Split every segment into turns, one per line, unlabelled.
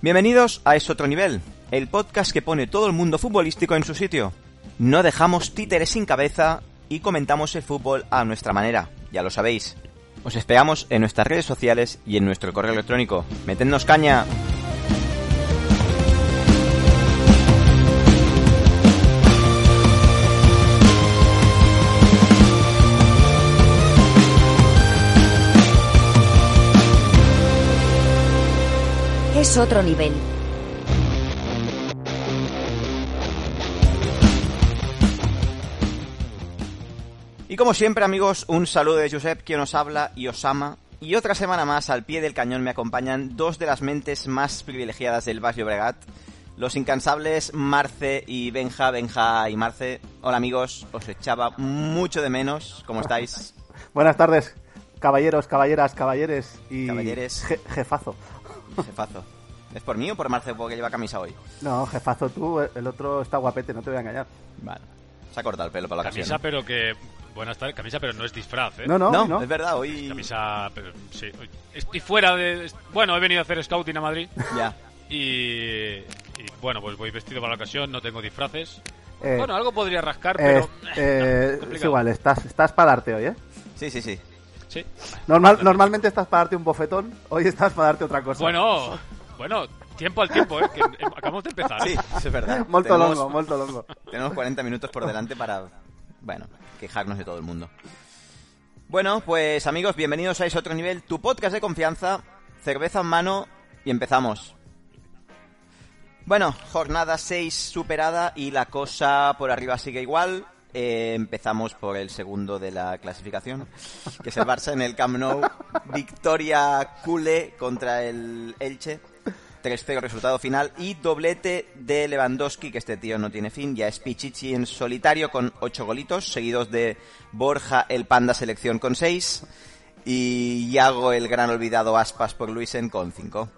Bienvenidos a Es Otro Nivel, el podcast que pone todo el mundo futbolístico en su sitio. No dejamos títeres sin cabeza y comentamos el fútbol a nuestra manera, ya lo sabéis. Os esperamos en nuestras redes sociales y en nuestro correo electrónico. ¡Metednos caña!
Es otro nivel.
Y como siempre, amigos, un saludo de Josep, quien os habla, y Osama. Y otra semana más, al pie del cañón, me acompañan dos de las mentes más privilegiadas del Barrio Bregat. Los incansables Marce y Benja, Benja y Marce. Hola amigos, os echaba mucho de menos. ¿Cómo estáis?
Buenas tardes, caballeros, caballeras, caballeres y
Caballeres.
je- jefazo.
Jefazo. ¿Es por mí o por Marce porque lleva camisa hoy?
No, jefazo tú, el otro está guapete, no te voy a engañar.
Vale. Se ha cortado el pelo para la
Camisa,
ocasión.
pero que. Buenas tardes, camisa, pero no es disfraz, ¿eh?
No, no,
No,
no.
es verdad, hoy...
Camisa, pero sí. Estoy fuera de. Bueno, he venido a hacer scouting a Madrid
Ya.
y. y, bueno, pues voy vestido para la ocasión, no tengo disfraces.
Eh,
bueno, algo podría rascar,
eh,
pero.
eh,
complicado.
es igual, estás, estás para darte hoy, ¿eh?
Sí, sí, sí.
Sí.
Normal, normalmente estás para darte un bofetón, hoy estás para darte otra cosa.
Bueno, bueno, tiempo al tiempo, ¿eh? Que em- acabamos de empezar.
Sí, eso es verdad.
Ah. Molto
Tenemos-
longo, molto longo.
Tenemos 40 minutos por delante para, bueno, quejarnos de todo el mundo. Bueno, pues amigos, bienvenidos a Es Otro Nivel, tu podcast de confianza, cerveza en mano y empezamos. Bueno, jornada 6 superada y la cosa por arriba sigue igual. Eh, empezamos por el segundo de la clasificación, que es el Barça en el Camp Nou. Victoria culé contra el Elche. 3-0 resultado final y doblete de Lewandowski, que este tío no tiene fin. Ya es Pichichi en solitario con 8 golitos, seguidos de Borja el Panda Selección con 6 y Yago el gran olvidado Aspas por Luisen con 5.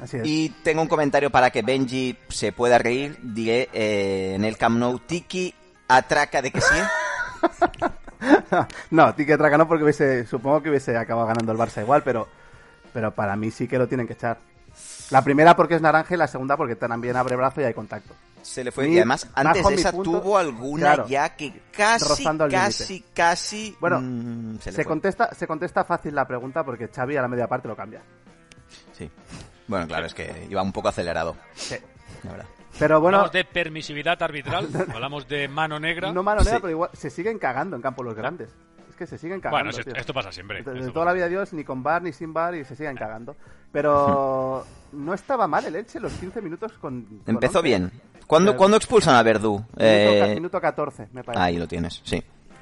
Así es.
Y tengo un comentario para que Benji se pueda reír. Diré eh, en el Camp Nou, Tiki atraca de que sí.
no, Tique Traca no, porque hubiese, supongo que hubiese acabado ganando el Barça igual, pero, pero para mí sí que lo tienen que echar. La primera porque es naranja y la segunda porque también abre brazo y hay contacto.
Se le fue.
Mi-
Y además, antes
bajo
de
mi
esa
punto-
tuvo alguna
claro,
ya que casi,
rozando al límite.
casi, casi.
Bueno,
mm, se le
Se
fue.
contesta, se contesta fácil la pregunta porque Xavi a la media parte lo cambia.
Sí. Bueno, claro, es que iba un poco acelerado.
Sí.
La verdad.
Pero bueno,
Hablamos de permisividad arbitral, hablamos de mano negra.
no mano negra,
Sí.
pero igual se siguen cagando en campo los grandes. Es que se siguen cagando.
bueno, si-
tío.
esto pasa siempre.
Desde
esto
toda
pasa. Eh.
la vida Dios, ni con bar ni sin bar y se siguen cagando. Pero no estaba mal el Elche los 15 minutos con. con
Empezó
11.
bien. ¿Cuándo,
Eh,
¿cuándo expulsan a Verdú?
Minuto, ca-
Eh,
minuto 14, me parece.
ahí lo tienes, sí.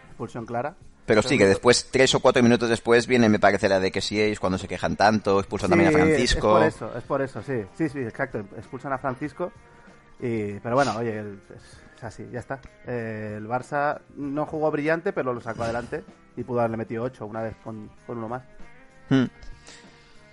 Expulsión clara.
Pero sí, que después, tres o cuatro minutos después, viene, me parece, la de que sí es cuando se quejan tanto, expulsan también a
Sí,
Francisco.
Es por eso, es por eso, sí. Sí, sí, exacto. Expulsan a Francisco. Y, pero bueno, oye, el- es, es así, ya está. Eh, el Barça no jugó brillante, pero lo sacó adelante y pudo haberle metido 8 una vez con, con uno más.
Mm.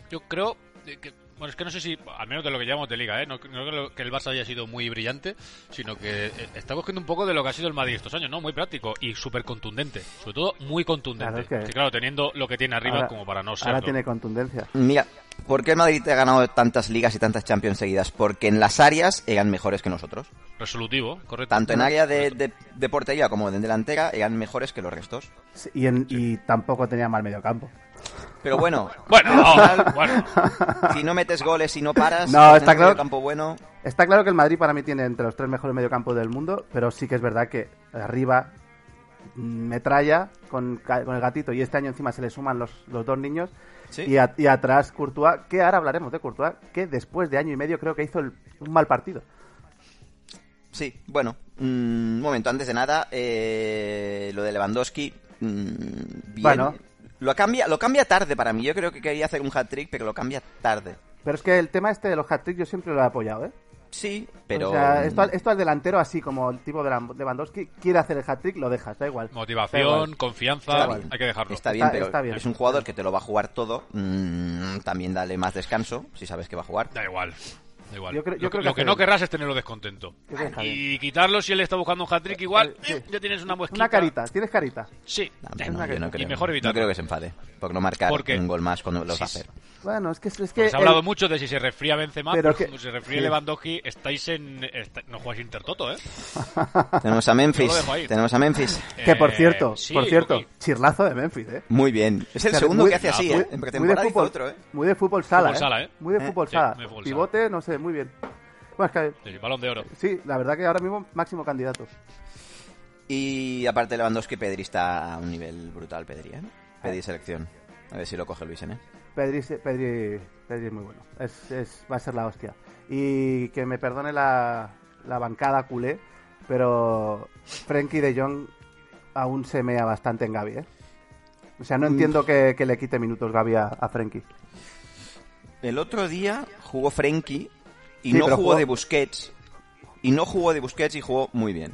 Yo creo de que. Bueno, es que no sé si, al menos de lo que llamamos de liga, ¿eh? no, no creo que el Barça haya sido muy brillante, sino que eh, está cogiendo un poco de lo que ha sido el Madrid estos años, ¿no? Muy práctico y súper contundente, sobre todo muy contundente.
Claro,
Claro,
es que-
claro teniendo lo que tiene arriba
Ahora-
como para no ser...
Ahora tiene contundencia.
Mira, ¿por qué el Madrid ha ganado tantas ligas y tantas Champions seguidas? Porque en las áreas eran mejores que nosotros.
Resolutivo, correcto.
Tanto en área de, de- de portería como en delantera eran mejores que los restos.
Sí, Y, en- y tampoco tenía mal mediocampo.
Pero bueno,
Bueno,
Al-
bueno.
si no metes goles y no paras,
No,
en
está
el medio
claro.
campo bueno.
Está claro que el Madrid para mí tiene entre los tres mejores mediocampos del mundo, pero sí que es verdad que arriba mm, metralla con, ca- con el gatito y este año encima se le suman los, los dos niños
Sí.
y, a- y atrás Courtois, que ahora hablaremos de Courtois, que después de año y medio creo que hizo el- un mal partido.
Sí, bueno, mm, un momento, antes de nada, eh, lo de Lewandowski. mm, bien.
Bueno.
Lo cambia, lo cambia tarde para mí. Yo creo que quería hacer un hat-trick, pero lo cambia tarde.
Pero es que el tema este de los hat-tricks yo siempre lo he apoyado, ¿eh?
Sí, pero.
O sea, esto, al- esto al delantero así como el tipo de Lam- Lewandowski quiere hacer el hat-trick, lo dejas, da igual. Da
Motivación,
igual.
confianza,
está bien.
Ah, hay que dejarlo.
Está bien,
Está-
pero
está bien.
es un jugador que te lo va a jugar todo. mm, también dale más descanso, si sabes que va a jugar.
Da igual. Da igual.
Yo creo- yo
lo,
creo que
lo que
hace
no
bien.
querrás es tenerlo descontento.
Yo creo que está bien.
Y quitarlo si él está buscando un hat-trick igual,
Eh, sí.
eh, ya tienes una muesquita.
Una carita, tienes carita.
Sí.
No, hombre,
Eh,
no, yo no creo,
y mejor
no
evitarlo.
creo que se enfade por no marcar
¿Por qué?
un gol más cuando los
Sí,
va a
sí.
hacer.
Bueno, es que es que
Hemos
el-
Pues hablado mucho de si se resfría Benzema,
Pero
pero,
que-
como se resfría
sí.
Lewandowski, estáis en... esta- No jugáis Intertoto, ¿eh?
Tenemos a Memphis.
Yo lo dejo ahí.
Tenemos a Memphis.
que por
Eh,
cierto,
sí,
por cierto,
Coqui.
chirlazo de Memphis, eh.
Muy bien. Es el
O sea,
segundo
muy-
que
Ah,
hace así,
muy-
¿eh? En
muy de
pretemporada hizo
fútbol-
otro, ¿eh?
Muy de fútbol sala,
Fútbol sala, ¿eh?
Muy de
Eh,
fútbol
sí,
sala.
muy de fútbol sala.
Pivote, no sé, muy bien. Bueno, es que,
sí, balón de oro.
sí, la verdad que ahora mismo máximo candidato.
Y aparte Lewandowski, Pedri está a un nivel brutal, Pedri, ¿eh? Pedri selección. A ver si lo coge Luis, ¿eh?
Pedri, se- Pedri, Pedri es muy bueno. Es, es- va a ser la hostia. Y que me perdone la, la bancada culé, pero Frenkie de Jong aún se mea bastante en Gaby, ¿eh? O sea,
Mm.
no entiendo que, que le quite minutos Gaby a, a Frenkie.
El otro día jugó Frenkie y
Sí,
no
pero
jugó,
jugó-
de Busquets. Y no jugó de Busquets y jugó muy bien.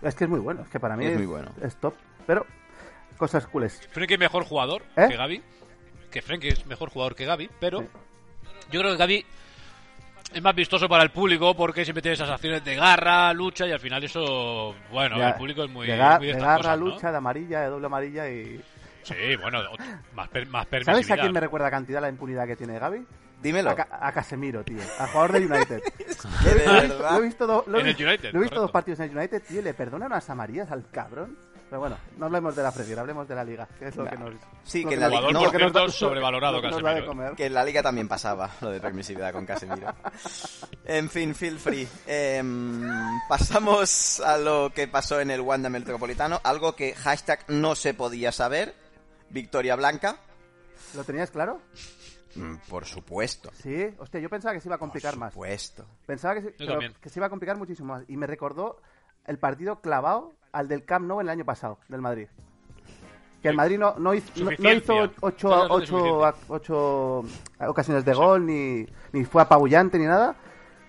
Es que es muy bueno, es que para mí
Es
es,
muy bueno.
es top. Pero cosas culés.
Frenkie es mejor jugador
¿Eh?
que Gaby. Que Frenkie es mejor jugador que Gaby, pero
Sí.
yo creo que Gaby es más vistoso para el público porque siempre tiene esas acciones de garra, lucha y al final eso, bueno,
Ya,
el público es muy,
de gar-
muy de
de
estas
garra,
cosas, ¿no?
lucha, de amarilla, de doble amarilla y...
Sí, bueno, o- más, per- más permisividad.
¿Sabes a quién me recuerda cantidad la impunidad que tiene Gaby?
Dímelo.
A, Ca- a Casemiro, tío. A jugador de United.
De
Lo he
verdad.
visto, do- lo he
En el
vi-
United,
lo he visto dos
correcto.
partidos en el United, tío, y le perdona unas amarillas al cabrón. Pero bueno, no hablemos de la Premier, hablemos de la Liga, que es lo
No.
que nos...
Sí,
lo
que
que
la
nos-
Liga-
lo
por
que nos
cierto,
da-
sobrevalorado
lo que nos da de
Casemiro,
comer.
Que en la liga también pasaba lo de permisividad con Casemiro. En fin, feel free. Em, pasamos a lo que pasó en el Wanda Metropolitano. Algo que hashtag no se podía saber. Victoria Blanca.
¿Lo tenías claro?
Mm, Por supuesto.
Sí. Hostia, yo pensaba que se iba a complicar
Por
más.
supuesto.
Pensaba que se, pero
también.
que se iba a complicar muchísimo más. Y me recordó el partido clavado al del Camp Nou el año pasado, del Madrid. Que el Madrid no, no, hizo, no- no hizo
Suficiencia.
ocho,
No, no, no,
ocho,
suficiencia.
ocho ocasiones de gol, ni, ni fue apabullante ni nada,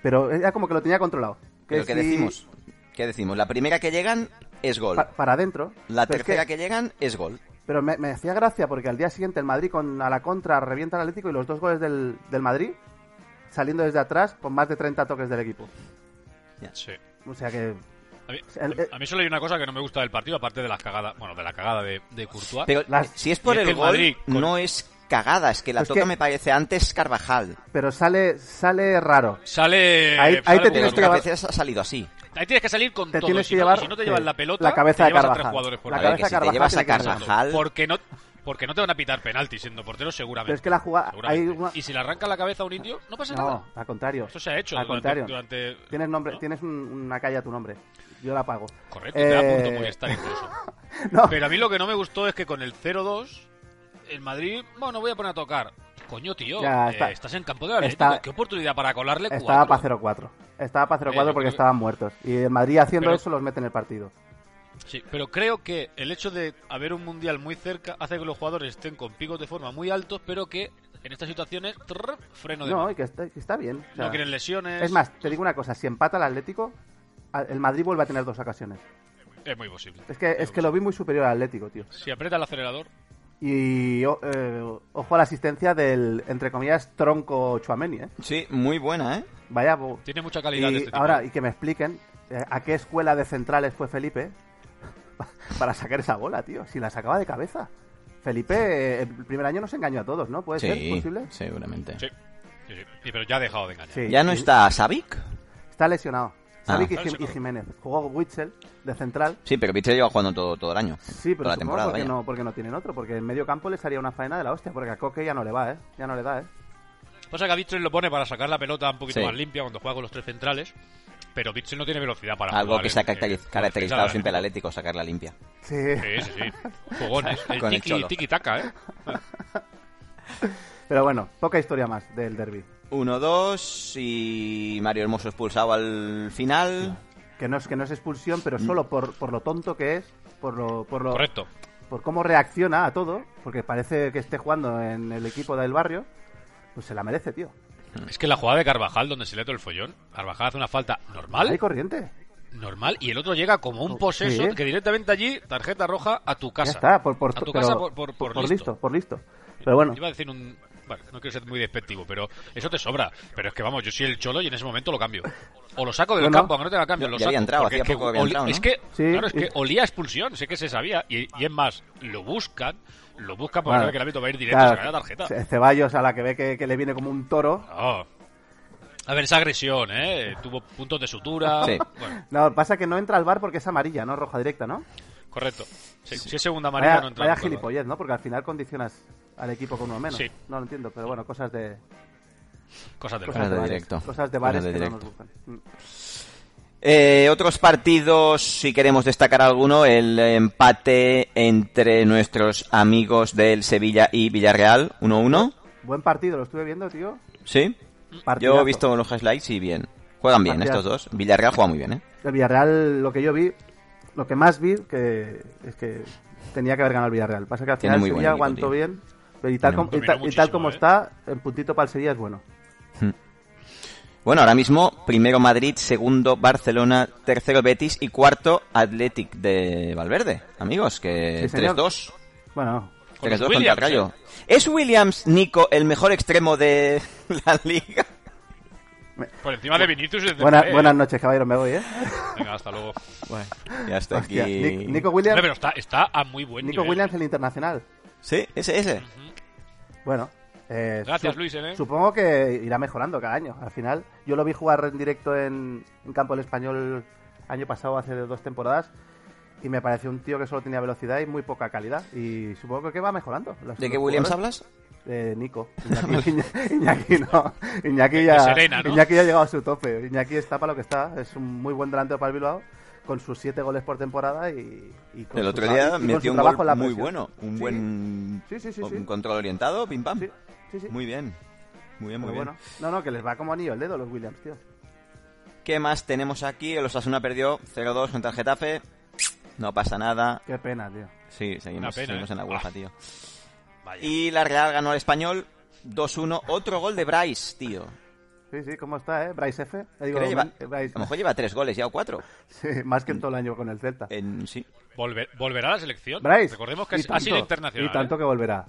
pero era como que lo tenía controlado.
Pero ¿qué
si-
decimos? ¿Qué decimos? La primera que llegan es gol.
pa- para adentro.
La
Pero es
tercera que llegan es gol.
Pero me, me hacía gracia porque al día siguiente el Madrid con, a la contra revienta al Atlético y los dos goles del, del Madrid saliendo desde atrás con más de 30 toques del equipo.
Sí.
O sea que...
A mí,
El- el-
a mí solo hay una cosa que no me gusta del partido, aparte de las cagadas, bueno, de la cagada de, de Courtois.
Pero
Ah, Las-
si es por
Y es
el
que el
gol,
Madrid con-
no es cagada. Es que la
Pues
toca
que-
me parece antes Carvajal.
Pero sale, sale raro.
Sale.
Ahí- ahí
sale
te tienes
Courtois.
que
Porque a
llevar-
veces ha salido así.
Ahí tienes que salir con
Te
todo.
tienes
si,
que
no,
llevar,
si no te llevas
sí,
la pelota,
la cabeza
te
de
llevas a tres
Carvajal.
jugadores por
La
A
ahí.
ver,
cabeza
que si te
Carvajal
llevas a
tiene que ser
Carvajal...
Porque no, porque no te van a pitar penalti siendo portero, seguramente.
Pero es que la jugada-
Seguramente.
hay una-
Y si le arranca la cabeza a un indio, no pasa
No,
nada.
al contrario.
Esto se ha hecho
Al
durante,
contrario.
durante-
Tienes nombre,
¿no?
tienes un- una calle a tu nombre. Yo la pago.
Correcto, te da
Eh,
punto molestar incluso.
No,
Pero a mí lo que no me gustó es que con el 0-2, el Madrid, bueno, no voy a poner a tocar. Coño, tío,
Ya,
eh,
está-
estás en campo de Atlético.
está-
¿Qué oportunidad para colarle?
estaba
cuatro?
para 0-4. Estaba para 0-4
yo creo
porque
que-
estaban muertos. Y el Madrid haciendo
Pero-
eso los mete en el partido.
Sí, pero creo que el hecho de haber un mundial muy cerca hace que los jugadores estén con picos de forma muy altos, pero que en estas situaciones trrr, freno de
No,
mano.
y que está, que está bien. o sea,
no quieren lesiones.
es más, te digo una cosa. Si empata el Atlético, a- el Madrid vuelve a tener dos ocasiones.
es muy posible.
Es que, es que lo vi muy superior al Atlético, tío.
Si aprieta el acelerador,
Y o- eh, ojo a la asistencia del, entre comillas, tronco Chuameni, ¿eh?
Sí, muy buena, ¿eh?
Vaya, bo-
tiene mucha calidad.
Y
este tipo.
ahora, y que me expliquen eh, a qué escuela de centrales fue Felipe para sacar esa bola, tío. Si la sacaba de cabeza. Felipe, eh, el primer año nos engañó a todos, ¿no? ¿Puede ser
Sí,
posible?
seguramente.
Sí. Sí, sí. Y pero ya ha dejado de engañar.
Sí.
¿Ya no
Y-
está Ah. Savic?
Está lesionado. Savic y,
Está
Jim-
lesionado.
y Jiménez. Jugó Witzel de central.
Sí, pero Pichel lleva jugando todo, todo el año.
Sí, pero
toda la
supongo
temporada,
porque,
vaya.
no, porque no tienen otro. Porque en medio campo les haría una faena de la hostia. Porque a Coque ya no le va, ¿eh? Ya no le da, ¿eh?
Pasa que a Bitzel lo pone para sacar la pelota un poquito
Sí.
más limpia cuando juega con los tres centrales, pero Bitzel no tiene velocidad para
Algo
jugar
que se ha
en- en-
caracteriz-
con
caracterizado
defensa
siempre
de
el Atlético, sacarla limpia.
Sí.
Sí, sí, sí. Jugones. El
Con el
tiki,
Cholo.
tiki taka, ¿eh?
Pero bueno, poca historia más del derby.
1-2 y Mario Hermoso expulsado al final.
Que no es, que no es expulsión, pero solo por, por lo tonto que es, por lo, por lo,
Correcto.
por cómo reacciona a todo, porque parece que esté jugando en el equipo del barrio, pues se la merece, tío.
Es que la jugada de Carvajal, donde se le da el follón, Carvajal hace una falta normal.
Hay corriente.
normal y el otro llega como un
Sí.
poseso que directamente allí tarjeta roja a tu casa
Ya está, por, por,
a tu
pero-
casa por, por- por listo.
por listo. Pero bueno,
iba a decir un Bueno, no quiero ser muy despectivo, pero eso te sobra. Pero es que vamos, yo soy el cholo y en ese momento lo cambio. O lo saco del
No, no.
campo, aunque no tenga cambio.
Ya-
lo
ya
saco,
había entrado,
porque
hacía
es que
poco había
oli-
entrado, ¿no?
Es que,
Sí,
claro, es
sí.
que olía a expulsión, sé que se sabía. Y, y es más, lo buscan, lo buscan porque
Claro.
saben que el árbitro va a ir directo
Claro,
a sacar la tarjeta.
Ce- Ceballos a la que ve que, que le viene como un toro.
No. Oh. A ver, esa agresión, ¿eh? Tuvo puntos de sutura.
Sí.
Bueno,
No, pasa que no entra al bar porque es amarilla, no roja directa, ¿no?
correcto. Sí, Si es segunda amarilla,
Vaya,
no entra.
vaya
nunca.
gilipollez, ¿no? Porque al final condicionas al equipo con uno menos.
Sí.
No lo entiendo, pero bueno, cosas de,
Cosas del
cosas
de
de, bares,
directo.
Cosas de
Cosas
bares
de
que no
directo.
nos gustan. Mm.
Eh, otros partidos, si queremos destacar alguno, el empate entre nuestros amigos del Sevilla y Villarreal, 1-1.
Buen partido, lo estuve viendo, tío.
¿Sí?
Partidazo.
Yo he visto los highlights y bien. Juegan bien
Partidazo.
estos dos. Villarreal juega muy bien, ¿eh?
El Villarreal, lo que yo vi, lo que más vi, que es que tenía que haber ganado el Villarreal. Pasa que al
Tiene
final
muy
el
buen
Sevilla
equipo,
aguantó
tío.
bien. pero y tal,
Tiene
como, y
muy-
tal- y tal
muchísimo,
como
¿eh?
está, el puntito para el Sevilla es bueno.
Bueno, ahora mismo, primero Madrid, segundo Barcelona, tercero Betis y cuarto Athletic de Valverde. Amigos, que
Sí, señor.
3-2.
Bueno,
Con
3-2
los
contra el
Williams,
Rayo. ¿Es Williams, Nico, el mejor extremo de la liga?
Por encima de Vinicius. y de
buena-
Dembélé.
buenas noches, caballero, me voy, ¿eh?
Venga, hasta luego.
Ya está
Hostia,
aquí.
Nic- Nico
Hombre,
Williams,
pero está, está a muy buen
Nico
nivel.
Williams el internacional.
Sí, ese, ese.
Bueno. eh,
Gracias,
su-
Luis, ¿eh?
Supongo que irá mejorando cada año. Al final, yo lo vi jugar en directo en, en Campo del Español año pasado, hace dos temporadas, y me pareció un tío que solo tenía velocidad y muy poca calidad. Y supongo que va mejorando. Los-
¿De
los
qué Williams
jugadores-
hablas?
De Eh, Nico. Iñaki, Iña- Iñaki no. Iñaki ya,
De Serena, ¿no?
Iñaki ya ha llegado a su tope. Iñaki está para lo que está. Es un muy buen delantero para el Bilbao, con sus siete goles por temporada y, y con
El
su
otro
tra- y
día
con
metió
su
un
trabajo
gol
en la
muy
presión.
bueno. Un
Sí,
buen
Sí, sí, sí,
un
sí.
control orientado, pim pam.
Sí, sí, sí.
Muy bien. Muy bien, muy
Pero
bien.
bueno. No, no, que les va como anillo el dedo los Williams, tío.
¿Qué más tenemos aquí? El Osasuna perdió 0-2 contra el Getafe. No pasa nada.
Qué pena, tío.
Sí,
Una
seguimos,
pena,
seguimos
¿eh?
en la UEFA,
Ah.
tío.
Vaya.
Y la Real ganó al Español 2-1. Otro gol de Bryce, tío.
Sí, sí, ¿cómo está, eh? Bryce F. Eh, digo,
Creo lleva-
Man- eh,
a
Bryce-
lo mejor lleva tres goles ya o cuatro.
Sí, más que en todo el año con el Celta.
En, sí.
Volver- volverá a la selección.
Bryce.
Recordemos que
y
es- ha sido internacional.
Y tanto
¿eh?
que volverá.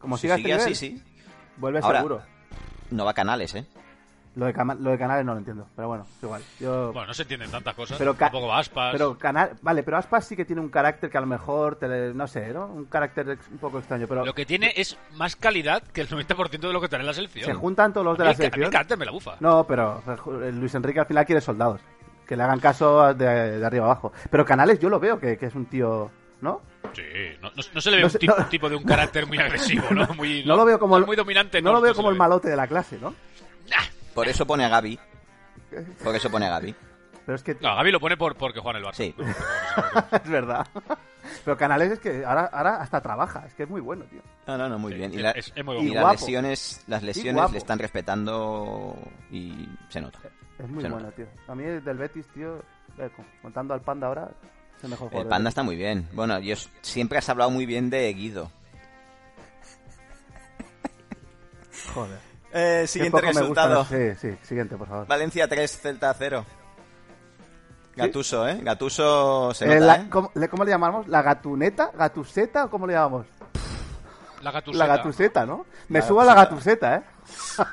Como
Si
siga
sigue
este
así,
nivel,
sí.
vuelve
Ahora-
seguro.
No va a canales, ¿eh?
Lo de, Cama- lo de Canales no lo entiendo, pero bueno, es igual. Yo...
Bueno, no se entienden tantas cosas.
Pero ca-
Tampoco va Aspas.
Pero Canal, vale, pero Aspas sí que tiene un carácter que a lo mejor, te le- no sé, ¿no? Un carácter ex- un poco extraño, pero
Lo que tiene es más calidad que el 90% de lo que tiene la selección.
se juntan todos los de
A mí
la
el ca- a mí
selección.
el cárter me la bufa.
No, pero eh, Luis Enrique al final quiere soldados. Que le hagan caso de, de arriba abajo. Pero Canales yo lo veo que, que es un tío, ¿no?
Sí, no, no- no se le ve
No
un,
sé,
ti-
no-
un tipo de un carácter muy agresivo, ¿no? Muy,
No lo veo como el,
muy dominante.
No, lo veo
se
como
le
el
ve.
malote de la clase, ¿no?
Por eso pone a Gaby. Por eso pone a Gaby.
Pero es que
No, Gaby lo pone por, porque juega en el Barça.
Sí.
es verdad. Pero Canales es que ahora, ahora hasta trabaja, es que es muy bueno, tío.
No, no, no, muy
Sí,
bien. Y,
es-
la-
es- es
y
muy guapo.
Y
las
guapo.
lesiones, las lesiones
guapo.
le están respetando y se nota.
Es muy
Se
bueno,
nota.
tío. A mí del Betis, tío, eh, con- contando al Panda ahora, es el mejor jugador.
El
del
panda
Betis.
está muy bien. Bueno, yo s- siempre has hablado muy bien de Guido.
Joder.
Eh,
Qué
siguiente
poco me gusta
resultado.
la- Sí, sí, siguiente, por favor.
Valencia 3, Celta 0. Gatuso, ¿eh? Gatuso se
Eh,
nota,
la-
¿eh?
¿cómo, le- cómo le llamamos? ¿La gatuneta? ¿Gatuseta o cómo le llamamos?
La
La
gatuseta.
gatuseta, ¿no? Me
La
subo a la gatuseta, ¿eh.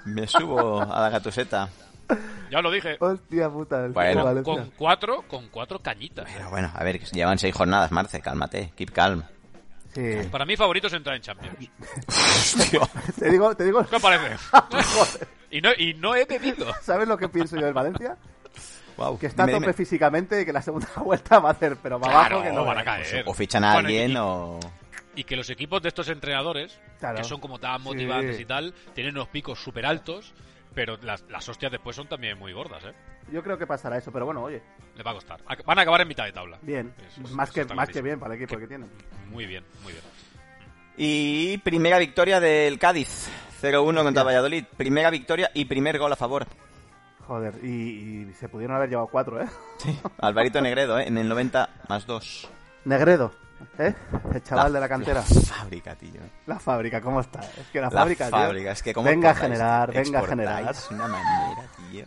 Me subo a la gatuseta.
Ya lo dije.
Hostia puta. el
Bueno,
Valencia.
Con, con cuatro, con cuatro cañitas. eh.
Pero bueno, a ver, que llevan seis jornadas, Marce, cálmate, keep calm.
Sí.
Para mí favorito es entrar en Champions.
Te digo, te digo,
¿Qué os parece? y, no, y no he bebido.
¿sabes lo que pienso yo del Valencia?
Wow.
Que está a tope físicamente y que la segunda vuelta va a hacer, pero va abajo
Claro,
que no.
van a
veas.
caer.
Pues, O fichan a
Bueno, y-
alguien
y-
o...
Y que los equipos de estos entrenadores,
Claro.
que son como tan motivantes
Sí.
y tal, tienen unos picos súper altos, pero las, las hostias después son también muy gordas, ¿eh?
Yo creo que pasará eso, pero bueno, oye,
Les va a costar. Ac- Van a acabar en mitad de tabla.
bien.
Eso- eso
más que,
está
más que
clarísimo.
bien para el equipo que tienen.
Muy bien, muy bien.
Y primera victoria del Cádiz. 0-1 contra Valladolid. Primera victoria y primer gol a favor.
Joder, y, y se pudieron haber llevado cuatro, ¿eh?
Alvarito Negredo, ¿eh? En el 90 más 2.
Negredo, ¿eh? El chaval de la cantera.
fábrica, tío.
La fábrica, ¿cómo está? Es que la, fábrica, tío,
fábrica, es que cómo
Venga a
exportáis,
generar,
tío.
venga a
Exportáis
generar.
de una manera, tío.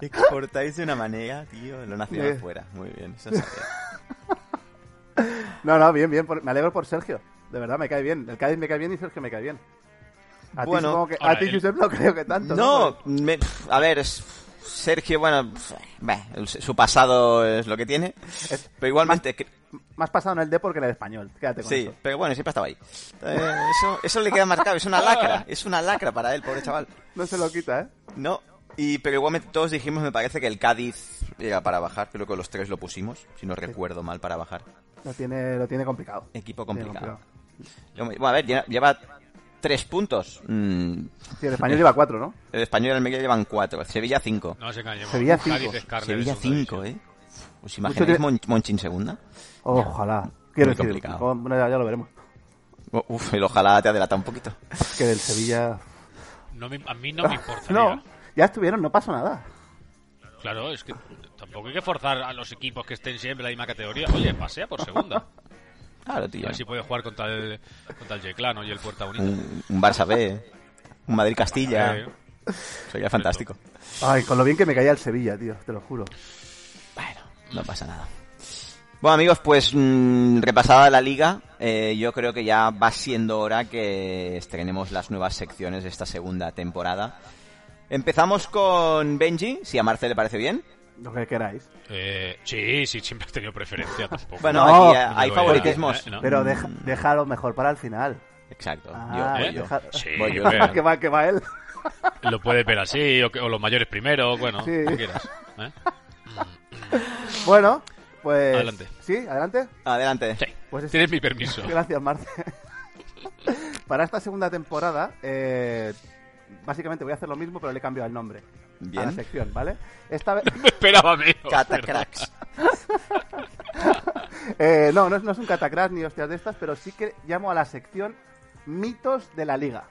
Exportáis de una manera, tío. Lo nacional
Sí.
fuera. Muy bien, eso sabía.
No, no, bien, bien. por- me alegro por Sergio. De verdad, me cae bien. El Cádiz me cae bien y Sergio me cae bien. A ti,
Bueno.
supongo que- a
Ahora,
ti,
el-
Josep, no creo que tanto.
No, me- pf, a ver, es- Sergio, bueno, pf, bah, el- su pasado es lo que tiene. Pero igualmente, cre-
Más pasado en el Depor que en el español. Quédate con
sí,
eso.
pero bueno, siempre ha estado ahí. Eh, Eso, eso le queda marcado, es una lacra, es una lacra para él, pobre chaval.
No se lo quita, ¿eh?
No, y, pero igualmente todos dijimos, me parece que el Cádiz era para bajar, creo que los tres lo pusimos, si no recuerdo mal, para bajar.
Lo tiene, lo tiene complicado.
Equipo
Lo tiene
complicado. Bueno, a ver, lleva, lleva tres puntos. Mm,
Sí, el español lleva cuatro, ¿no?
el español y el Almería llevan cuatro, el Sevilla cinco.
No se engañemos.
Sevilla
Cádiz
cinco.
es carne de
Sevilla
segunda
5,
división.
¿eh? ¿Os imagináis
tiene-
Mon- Monchi en segunda?
Ojalá. Quiero
Muy
decir,
complicado.
con- bueno, ya, ya lo veremos.
O- Oh, Uf, el ojalá te adelanta un poquito.
Que del Sevilla.
No me- a mí no me importa.
no, ya estuvieron, no pasó nada.
Claro, es que tampoco hay que forzar a los equipos que estén siempre en la misma categoría. Oye, pasea por segunda.
Claro,
A
tío.
ver si puede jugar contra el, contra el Yeclano y el Puerta Bonita.
Un, un Barça B, ¿eh? un Madrid Castilla.
Eh,
Sería fantástico.
Ay, con lo bien que me caía el Sevilla, tío, te lo juro.
Bueno, no pasa nada. Bueno, amigos, pues mm, repasada la liga, eh, yo creo que ya va siendo hora que estrenemos las nuevas secciones de esta segunda temporada. Empezamos con Benji, si a Marce le parece bien.
Lo que queráis.
eh, sí, sí, siempre has tenido preferencia tampoco.
Bueno,
No,
aquí eh, hay
no,
favoritismos.
porque- No. Mm.
Pero deja- déjalo mejor para el final.
Exacto.
Ah,
yo, voy
¿Eh?
yo.
deja-
Sí,
Voy yo.
hombre.
que va, que va él.
Lo puedes ver así, o, que- o los mayores primero, bueno,
Sí. Pues
como quieras. ¿eh?
Bueno, pues.
Adelante.
Sí, adelante.
Adelante.
Sí,
Pues es-
tienes mi permiso.
Gracias, Marce. Para esta segunda temporada, eh, básicamente voy a hacer lo mismo, pero le he cambiado el nombre a la
Bien.
sección, ¿vale? Esta vez.
Me esperaba menos.
Catacracks.
eh, no, no es, no es un catacrash ni hostias de estas, pero sí que llamo a la sección mitos de la liga.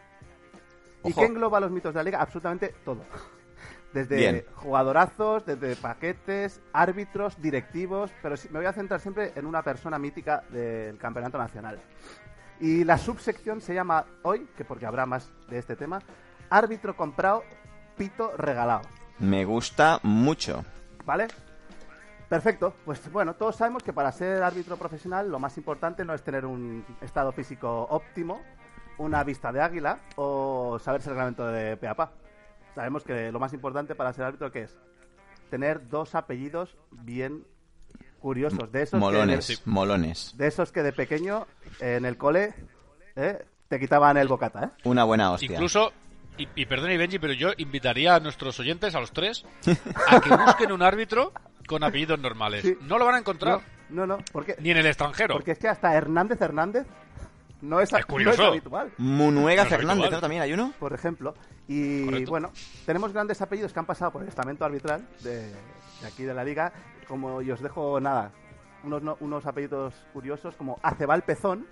¿Y
Ojo.
qué engloba los mitos de la liga? Absolutamente todo. Desde
Bien.
jugadorazos, desde paquetes, árbitros, directivos, pero sí- me voy a centrar siempre en una persona mítica del campeonato nacional. Y la subsección se llama hoy, que porque habrá más de este tema, árbitro comprado, pito regalado.
Me gusta mucho.
¿Vale? Perfecto. Pues bueno, todos sabemos que para ser árbitro profesional lo más importante no es tener un estado físico óptimo, una vista de águila o saberse el reglamento de peapa. Sabemos que lo más importante para ser árbitro que es tener dos apellidos bien curiosos de esos
Molones,
que de-
molones.
de esos que de pequeño eh, en el cole eh, te quitaban el bocata, ¿eh?
Una buena hostia.
Incluso, y, y perdona y Benji, pero yo invitaría a nuestros oyentes, a los tres, a que busquen un árbitro con apellidos normales.
Sí.
No lo van a encontrar,
No, no, no, porque
ni en el extranjero.
porque es que hasta Hernández Hernández no es,
Es curioso.
no es habitual.
Munuega
No es
Fernández,
habitual.
¿no? También hay uno.
por ejemplo. Y
Correcto.
bueno, tenemos grandes apellidos que han pasado por el estamento arbitral de, de aquí de la liga. Como y os dejo nada, unos, no- unos apellidos curiosos como Acebal Pezón.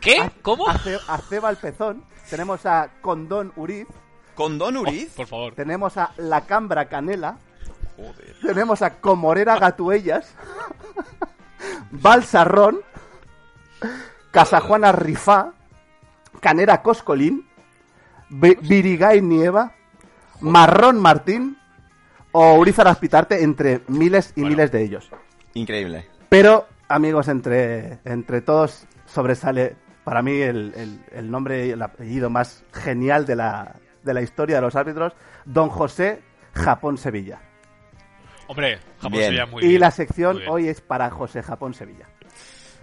¿Qué? ¿Cómo?
Ace- Acebal Pezón. Tenemos a Condón Uriz.
Con Don
Oh,
Uriz.
por favor.
Tenemos a La Cambra Canela.
Joder.
Tenemos a Comorera Gatuellas. Balsarrón. Casajuana Rifá. Canera Coscolín. Bi- Virigay Nieva. Marrón Martín. O Urizar Aspitarte, entre miles y
Bueno.
miles de ellos.
Increíble.
Pero, amigos, entre, entre todos sobresale para mí el, el- el nombre y el apellido más genial de la, de la historia de los árbitros: Don José Japón Sevilla.
Hombre, Japón
Bien.
sería muy
y
bien.
la sección
Muy bien,
hoy es para José Japón Sevilla,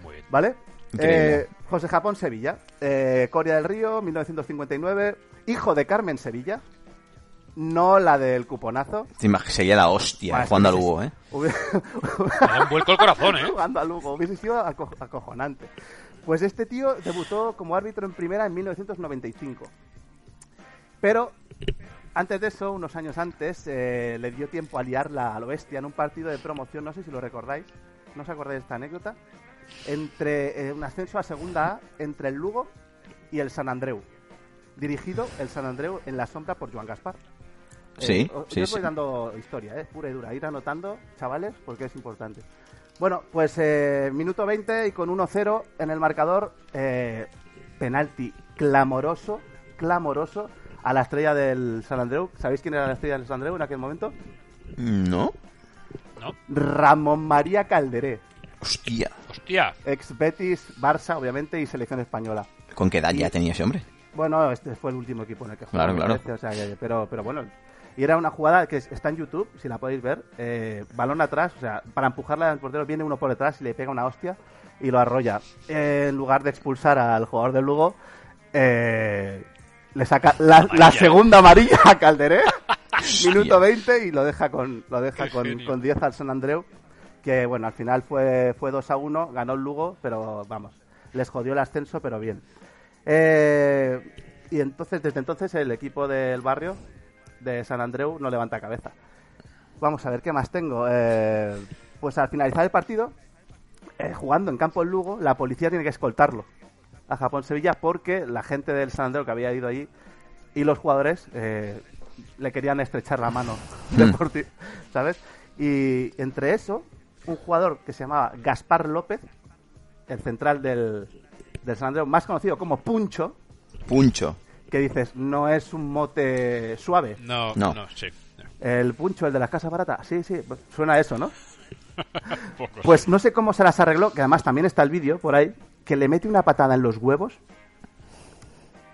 muy bien.
¿vale?
Increíble.
Eh, José Japón Sevilla, eh, Coria del Río, 1959, hijo de Carmen Sevilla, no la del cuponazo.
Te imag- Sería la hostia
Bueno,
jugando al
sí, sí,
Hugo,
sí.
¿eh?
Hubiera-
Me da un vuelco al corazón, ¿eh?
jugando al Lugo, hubiese sido aco- acojonante. Pues este tío debutó como árbitro en primera en 1995. Pero antes de eso, unos años antes, eh, le dio tiempo a liarla a lo bestia en un partido de promoción, no sé si lo recordáis, no os acordáis de esta anécdota, entre eh, un ascenso a segunda A entre el Lugo y el San Andreu. Dirigido el San Andreu en la sombra por Joan Gaspar.
Sí,
os-
sí,
Eh, oh, yo os voy
sí.
dando historia, ¿eh? pura y dura. Ir anotando, chavales, porque es importante. Bueno, pues eh, minuto 20 y con 1-0 en el marcador, eh, penalti clamoroso, clamoroso a la estrella del San Andreu. ¿Sabéis quién era la estrella del San Andreu en aquel momento?
¿No?
¿No?
Ramón María Calderé.
Hostia.
Hostia.
Ex Betis, Barça, obviamente, y selección española.
¿Con qué edad ya tenía ese hombre?
Bueno, este fue el último equipo en el que jugó.
Claro,
me
claro.
parece, o sea, que- pero, pero bueno. Y era una jugada que está en YouTube, si la podéis ver. eh, balón atrás, o sea, para empujarla al portero viene uno por detrás y le pega una hostia y lo arrolla. Eh, en lugar de expulsar al jugador del Lugo, eh, le saca la, la segunda amarilla a Calderé. Minuto 20 y lo deja con lo deja
Qué
con,
genio.
con 10 al San Andreu. Que bueno, al final fue, fue 2 a 1, ganó el Lugo, pero vamos, les jodió el ascenso, pero bien. Eh, y entonces, desde entonces, el equipo del barrio de San Andreu no levanta cabeza. Vamos a ver qué más tengo. Eh, pues al finalizar el partido, eh, jugando en campo el Lugo, la policía tiene que escoltarlo a Japón-Sevilla porque la gente del San Andreu que había ido allí y los jugadores eh, le querían estrechar la mano, deporti- ¿sabes? Y entre eso, un jugador que se llamaba Gaspar López, el central del, del San Andreu, más conocido como Puncho,
Puncho.
que dices, no es un mote suave.
No,
No.
no, sí. no,
El Puncho, el de las casas baratas, sí, sí, suena a eso, ¿no?
poco.
Pues no sé cómo se las arregló, que además también está el vídeo por ahí, que le mete una patada en los huevos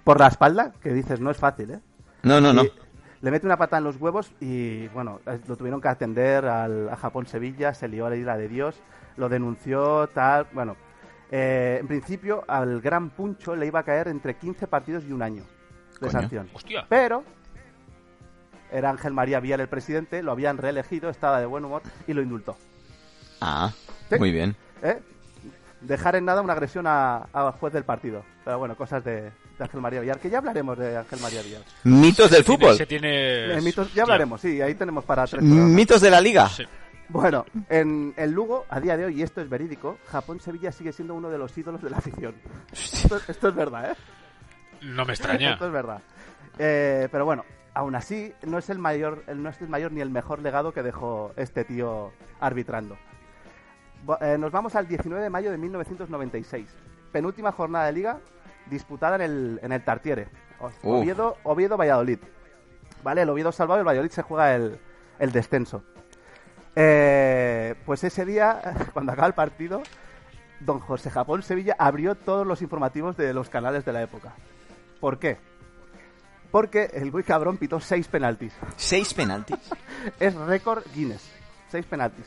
por la espalda, que dices, no es fácil, ¿eh?
No, no, no.
Y Le mete una patada en los huevos y, bueno, eh, lo tuvieron que atender al, a Japón-Sevilla, se lió a la isla de Dios, lo denunció, tal, bueno. Eh, en principio, al gran Puncho le iba a caer entre 15 partidos y un año de
Coño.
sanción.
Hostia.
Pero era Ángel María Vial el presidente, lo habían reelegido, estaba de buen humor y lo indultó.
Ah,
Sí.
muy bien.
¿eh? Dejar en nada una agresión a, a juez del partido. Pero bueno, cosas de, de Ángel María Villar, que ya hablaremos de Ángel María Villar.
Mitos del
Tiene-
fútbol.
Se tiene...
Eh, mitos- ya hablaremos, sí, ahí tenemos para tres. programas.
Mitos de la liga.
Sí.
Bueno, en el Lugo, a día de hoy, y esto es verídico, Japón-Sevilla sigue siendo uno de los ídolos de la afición. Esto, esto es verdad, ¿eh?
No me extraña.
Esto es verdad. Eh, pero bueno, aún así, no es, el mayor, el- no es el mayor ni el mejor legado que dejó este tío arbitrando. Bu- eh, nos vamos al 19 de mayo de 1996. Penúltima jornada de liga disputada en el, en el Tartiere. O-
Uh.
Oviedo, Oviedo, Valladolid. Vale, el Oviedo salvado y el Valladolid se juega el, el descenso. Eh, pues ese día, cuando acaba el partido, don José Japón Sevilla abrió todos los informativos de los canales de la época. ¿Por qué? Porque el muy cabrón pitó seis penaltis.
Seis penaltis.
Es récord Guinness. Seis penaltis.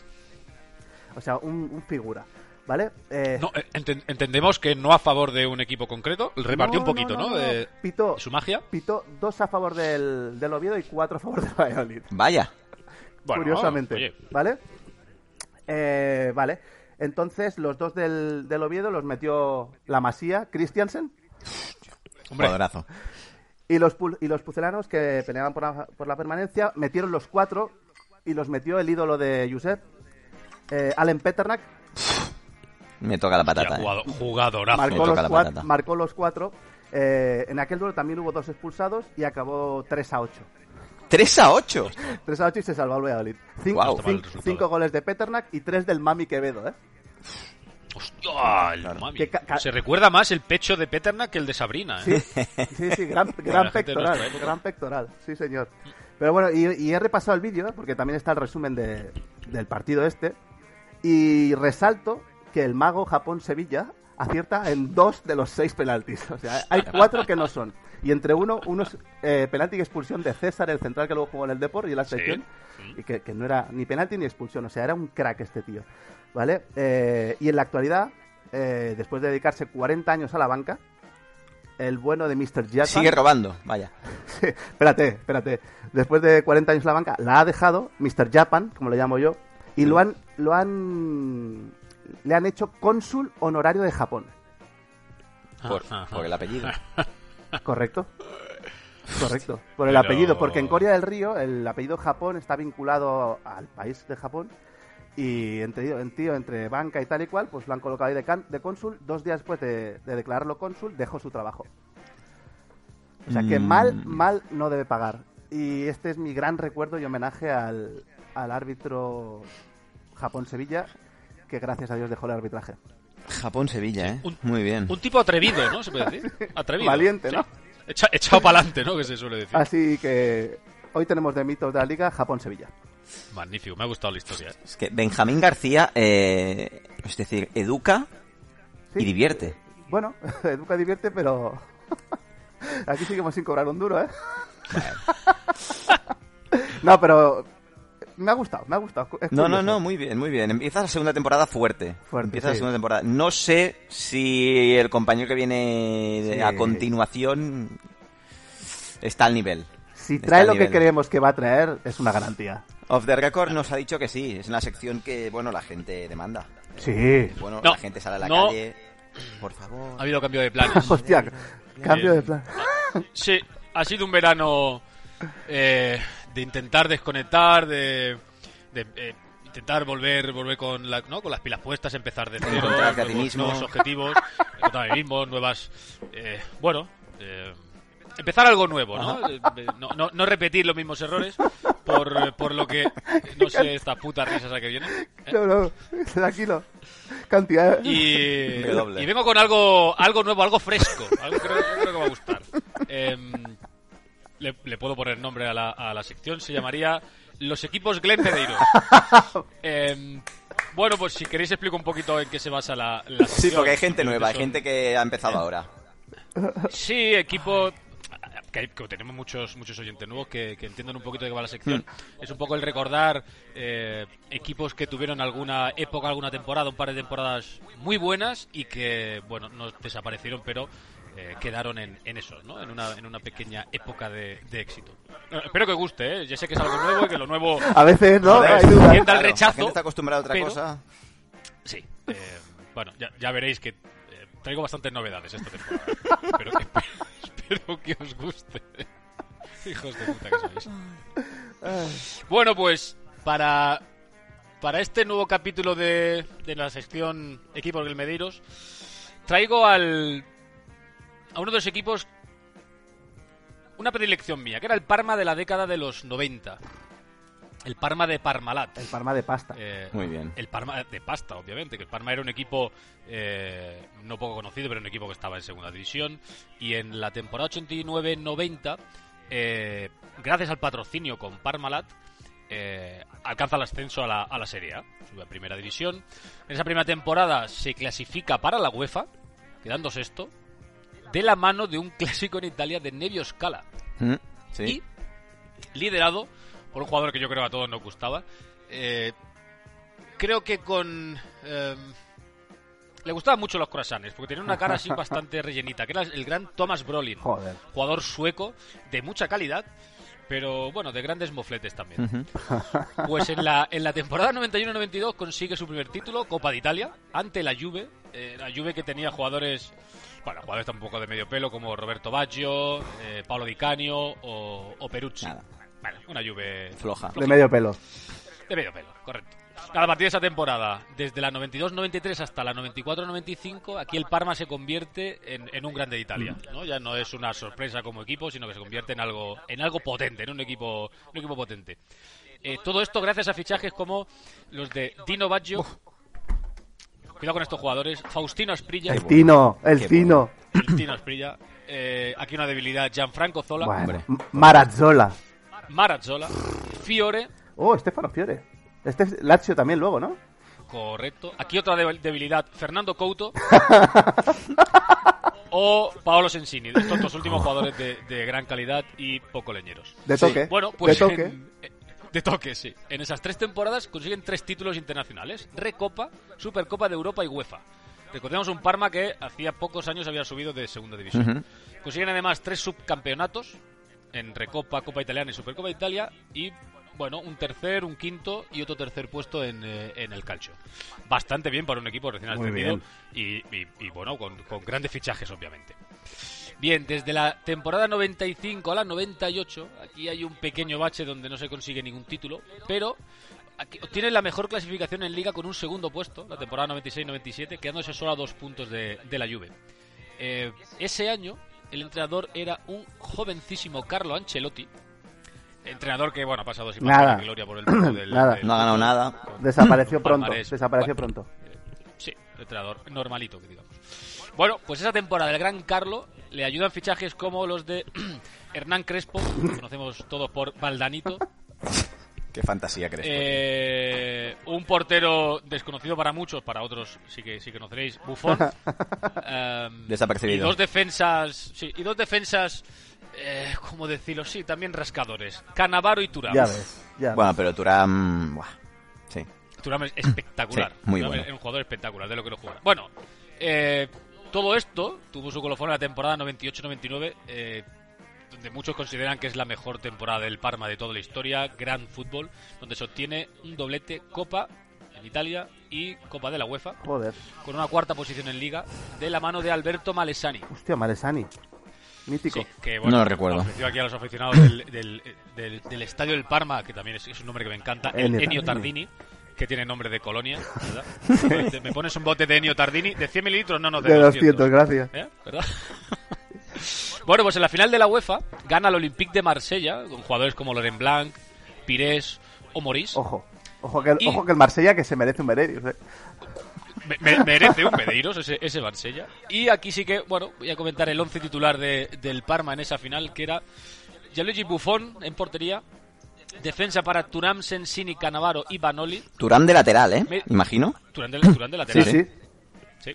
O sea, un, un figura. ¿Vale? Eh,
No, eh, enten- entendemos que no a favor de un equipo concreto. Repartió un
no,
poquito,
no,
¿no? Eh,
no, no.
De-
Pitó.
su magia.
Pitó dos a favor del, del Oviedo y cuatro a favor del Valladolid.
Vaya.
Bueno,
curiosamente.
oye,
¿Vale? Eh, vale. Entonces, los dos del, del Oviedo los metió la Masía, Christiansen,
hombre,
Jugadorazo.
y los, pul- y los pucelanos que peleaban por la, por la permanencia, metieron los cuatro y los metió el ídolo de Josep, eh, Alan Peternak,
Me toca la
ya,
patata. eh.
jugado- jugadorazo.
Me
marcó
toca
los,
la
cuat-
patata.
marcó los cuatro. Eh, en aquel duelo también hubo dos expulsados y acabó 3 a 8.
Tres a ocho.
3 a 8 y se salvó el Valladolid. Cin-
Guau. eh.
cin-
Está mal el resultado.
cinco goles de Peternak y tres del Mami Quevedo, ¿eh?
Hostia, el mami.
Que ca- ca-
Se recuerda más el pecho de Peterna que el de Sabrina.
Sí,
¿eh?
sí, sí, gran,
Para
gran
la gente de
pectoral,
nuestra época.
gran pectoral, sí señor. Pero bueno, y, y he repasado el vídeo, ¿eh? porque también está el resumen de- del partido este, y resalto que el mago Japón-Sevilla acierta en dos de los seis penaltis, o sea, hay cuatro que no son, y entre uno, unos eh, penalti y expulsión de César, el central que luego jugó en el Depor y en la selección, y que, que no era ni penalti ni expulsión, o sea, era un crack este tío, ¿vale? Eh, y en la actualidad, eh, después de dedicarse 40 años a la banca, el bueno de Mr. Jackson...
Sigue robando. Vaya.
Sí, espérate, espérate. Después de 40 años en la banca, la ha dejado Mr. Japan, como lo llamo yo, y lo han, lo han, le han hecho cónsul honorario de Japón,
Por,
Ajá, ajá.
por el apellido.
¿correcto? Correcto, por el
Pero-
apellido, porque en Corea del Río el apellido Japón está vinculado al país de Japón y entre, en tío, entre banca y tal y cual, pues lo han colocado ahí de, can- de cónsul. Dos días después de, de declararlo cónsul, dejó su trabajo. O sea que
Mm.
mal, mal no debe pagar. Y este es mi gran recuerdo y homenaje al, al árbitro Japón-Sevilla, que gracias a Dios dejó el arbitraje.
Japón-Sevilla, ¿eh?
un-
Muy bien.
Un tipo atrevido, ¿no? Se puede decir. Atrevido.
Valiente,
sí.
¿no?
Echa- echado para adelante, ¿no? Que se suele decir.
Así que hoy tenemos de mitos de la liga Japón-Sevilla.
Magnífico, me ha gustado la historia. eh.
Es que Benjamín García, eh, es decir, educa y
Sí.
divierte.
Bueno, educa divierte, pero. Aquí seguimos sin cobrar un duro, ¿eh? no, pero. Me ha gustado, me ha gustado. Es
No, no,
curioso.
no, muy bien, muy bien. Empieza la segunda temporada fuerte.
Fuerte,
Empieza la
sí.
segunda temporada. No sé si el compañero que viene de-
Sí.
a continuación está al nivel.
Si
Está
trae
al
lo que
nivel. ¿eh?
creemos que va a traer, es una garantía.
Off the Record nos ha dicho que sí. Es una sección que, bueno, la gente demanda.
Sí.
Bueno,
No,
la gente sale a la
no.
calle. Por
Ha
favor.
habido cambio de planes.
Hostia, cambio de
Bien.
plan.
Eh.
Sí, ha sido un verano eh, de intentar desconectar, de, de, eh, intentar volver, volver con, la, ¿no? con las pilas puestas, empezar de cero,
Encontrarte a ti
nuevos,
mismo.
nuevos objetivos, encontrar a mí mismo, nuevas, eh, bueno, eh, empezar algo nuevo, ¿no? Eh, eh, No, no- no repetir los mismos errores por, por lo que no sé estas putas risas a que vienen.
No, no, tranquilo. Cantidad.
Y,
Redoble.
y vengo con algo, algo nuevo, algo fresco. Algo que creo, yo creo que va a gustar. Em, le, le puedo poner nombre a la, a la sección. Se llamaría Los equipos Glenn Medeiros. Em, bueno, pues si queréis explico un poquito en qué se basa la, la
Sí,
sección.
porque hay gente nueva, hay
Son-
gente que ha empezado ahora.
Sí, equipo que, hay- que tenemos muchos muchos oyentes nuevos que, que entiendan un poquito de qué va la sección. Es un poco el recordar eh, equipos que tuvieron alguna época, alguna temporada, un par de temporadas muy buenas y que, bueno, no desaparecieron, pero eh, quedaron en, en eso, ¿no? En una, en una pequeña época de, de éxito. Bueno, espero que os guste, ¿eh? Ya sé que es algo nuevo y que lo nuevo...
A veces, ¿no?
Joder,
Hay dudas. ¿eh?
Tienda al
claro,
rechazo,
La gente está acostumbrada a otra
pero-
cosa.
Sí. eh, bueno, ya, ya veréis que eh, traigo bastantes novedades esta temporada. Pero que, espero que os guste. Hijos de puta que sois. Bueno, pues para, para este nuevo capítulo de, de la sección Equipos del Medeiros, traigo al a uno de los equipos una predilección mía, que era el Parma de la década de los 90. El Parma de Parmalat.
El parma de pasta.
Eh,
Muy bien.
El Parma de pasta, obviamente, que el Parma era un equipo eh, no poco conocido, pero un equipo que estaba en segunda división. Y en la temporada 89-90, eh, gracias al patrocinio con Parmalat, eh, alcanza el ascenso a la, a la Serie A, sube a primera división. En esa primera temporada se clasifica para la UEFA, quedando sexto, de la mano de un clásico en Italia de Nevio Scala
Mm, Sí.
y liderado por un jugador que yo creo a todos nos gustaba. Eh, creo que con... eh, le gustaban mucho los croissants, porque tenía una cara así bastante rellenita, que era el gran Thomas Brolin,
Joder.
jugador sueco de mucha calidad, pero bueno, de grandes mofletes también.
Ujú.
Pues en la, en la temporada 91-92 consigue su primer título, Copa de Italia, ante la Juve. Eh, la Juve que tenía jugadores, bueno, jugadores tampoco de medio pelo como Roberto Baggio, eh, Paolo Di Canio o, o Perucci.
Nada.
Vale, una Juve
Floja.
De medio pelo.
de medio pelo, correcto. Nada, A partir de esa temporada, desde la 92-93 hasta la 94-95, aquí el Parma se convierte en, en un grande de Italia. ¿no? Ya no es una sorpresa como equipo, sino que se convierte en algo, en algo potente, en un equipo, un equipo potente. Eh, todo esto gracias a fichajes como los de Dino Baggio. Cuidado con estos jugadores. Faustino Asprilla.
El tino, el
Qué
tino.
el Tino Asprilla. Eh, aquí una debilidad. Gianfranco Zola.
Bueno,
hombre.
M- Marazzola.
Marazzola. Fiore.
Oh, Estefano Fiore. Este es Lazio también luego, ¿no?
Correcto. Aquí otra debil- debilidad, Fernando Couto o Paolo Sensini. Estos dos últimos jugadores de, de gran calidad y poco leñeros.
Oh. De
Sí.
toque.
Bueno, pues
De toque.
en- eh, de toque, sí. En esas tres temporadas consiguen tres títulos internacionales: Recopa, Supercopa de Europa y UEFA. Recordemos un Parma que hacía pocos años había subido de segunda división.
Ujú.
Consiguen además tres subcampeonatos en Recopa, Copa Italiana y Supercopa de Italia y bueno, un tercer, un quinto y otro tercer puesto en, eh, en el calcio. Bastante bien para un equipo recién
Muy
ascendido y, y- y, bueno, con, con grandes fichajes obviamente. Bien, desde la temporada 95 a la 98, aquí hay un pequeño bache donde no se consigue ningún título, pero aquí obtienen la mejor clasificación en liga con un segundo puesto, la temporada 96-97, quedándose solo a dos puntos de, de la Juve. Eh, ese año el entrenador era un jovencísimo Carlo Ancelotti. Entrenador que, bueno, ha pasado sin
Nada.
pena ni gloria por el mundo del,
Nada.
del-
No ha ganado nada.
Desapareció pronto.
Palmarés.
Desapareció
Bueno.
pronto.
Sí, entrenador normalito, que digamos. Bueno, pues esa temporada del Gran Carlo le ayudan fichajes como los de Hernán Crespo, que conocemos todos por Valdanito,
Qué fantasía crees. tú?
Eh, un portero desconocido para muchos, para otros sí que sí que conoceréis, Buffon. Em,
Desapercibido.
Y dos defensas, sí, y dos defensas, eh, ¿cómo decirlo? Sí, también rascadores. Canavaro y Turam.
Ya ves,
Eh,
ya
Bueno, pero Turam. buah, Sí.
Turam es espectacular.
Sí, muy
Thuram
bueno.
Es un jugador espectacular, de lo que lo juega. Bueno, eh, todo esto tuvo su colofón en la temporada 98-99, eh, donde muchos consideran que es la mejor temporada del Parma de toda la historia, gran fútbol, donde se obtiene un doblete Copa en Italia y Copa de la UEFA,
ves. Joder.
con una cuarta posición en Liga, de la mano de Alberto Malesani.
Hostia, Malesani. Mítico.
Sí, que, bueno,
No lo recuerdo.
ofreció aquí a los aficionados del, del- del- del Estadio del Parma, que también es, es un nombre que me encanta, el
Ennio
Ennio
Tardini.
Tardini, que tiene nombre de colonia, ¿verdad? me pones un bote de Ennio Tardini de 100 mililitros, no, no, de,
de 200, gracias.
¿Eh? ¿Verdad? bueno, pues en la final de la UEFA gana el Olympique de Marsella, con jugadores como Loren Blanc, Pires o Morís.
Ojo. Ojo que, el,
Y-
ojo que el Marsella que se merece un Meredius. eh.
Me- me- merece un Medeiros ese, ese Marsella. Y aquí sí que, bueno, voy a comentar el once titular de- del Parma en esa final, que era Gianluigi Buffon en portería, defensa para Turam, Sensini, Canavaro y Banoli,
Turam de lateral, ¿eh?
Me-
Imagino.
Turam de, Thuram
Sí,
de lateral.
sí.
Sí.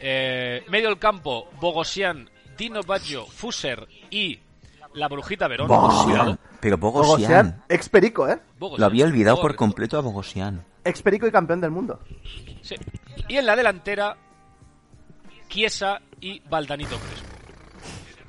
Eh, medio del campo, Bogosian, Dino Baggio, Fuser y la Brujita Verón. Cuidado.
Pero
Bogosian,
Bogosian.
ex perico, ¿eh?
Bogosian.
Lo había olvidado
Joder.
por completo a Bogosian.
Ex perico y campeón del mundo.
Sí. Y en la delantera, Chiesa y Valdanito Crespo.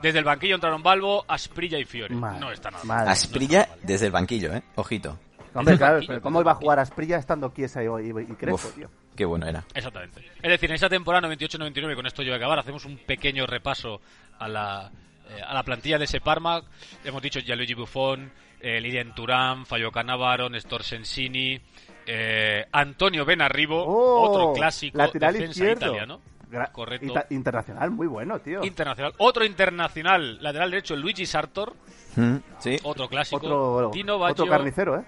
Desde el banquillo entraron Balbo, Asprilla y Fiore.
Madre,
no está nada. mal.
madre.
Asprilla desde el banquillo, ¿eh? Ojito.
Hombre,
Desde
claro,
aquí,
pero
desde
¿cómo iba a
aquí.
jugar Asprilla estando Chiesa y, y, y Crespo,
Uf,
tío?
qué bueno era.
Exactamente. Es decir, en esa temporada 98-99, con esto yo voy a acabar, hacemos un pequeño repaso a la, eh, a la plantilla de ese Parma. Hemos dicho Gianluigi Buffon, eh, Lilian Turán, Fabio Cannavaro, Néstor Sensini, eh, Antonio Benarribo,
¡Oh!
otro clásico
lateral
defensa
izquierdo.
italiano.
Gra-
Correcto.
ita- internacional, muy bueno, tío.
Internacional. Otro internacional, lateral derecho, Luigi Sartor.
Mm, Sí.
Otro clásico.
otro,
Dino Baggio.
otro carnicero, ¿eh?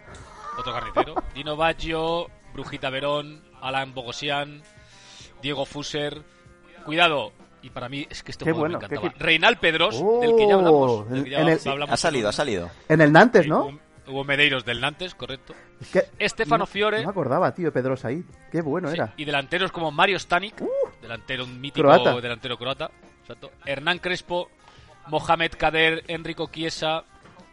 otro carnicero. Dino Baggio, Brujita Verón, Alan Bogosian, Diego Fuser. Cuidado. Y para mí es que este
Qué
jugador
bueno,
me
qué
encantaba.
qui-
Reinal Pedros,
Oh,
del que ya hablamos. del que ya
en el-
hablamos
Ha salido, ha salido.
En el Nantes, ¿no?
Hubo, hubo Medeiros del Nantes, correcto.
Que-
Estefano
no-
Fiore.
No me acordaba, tío, Pedro ahí. Qué bueno
Sí,
era.
Y delanteros como Mario Stanic, delantero un mítico
Uh. croata.
delantero croata, exacto. Hernán Crespo, Mohamed Kader, Enrico Chiesa,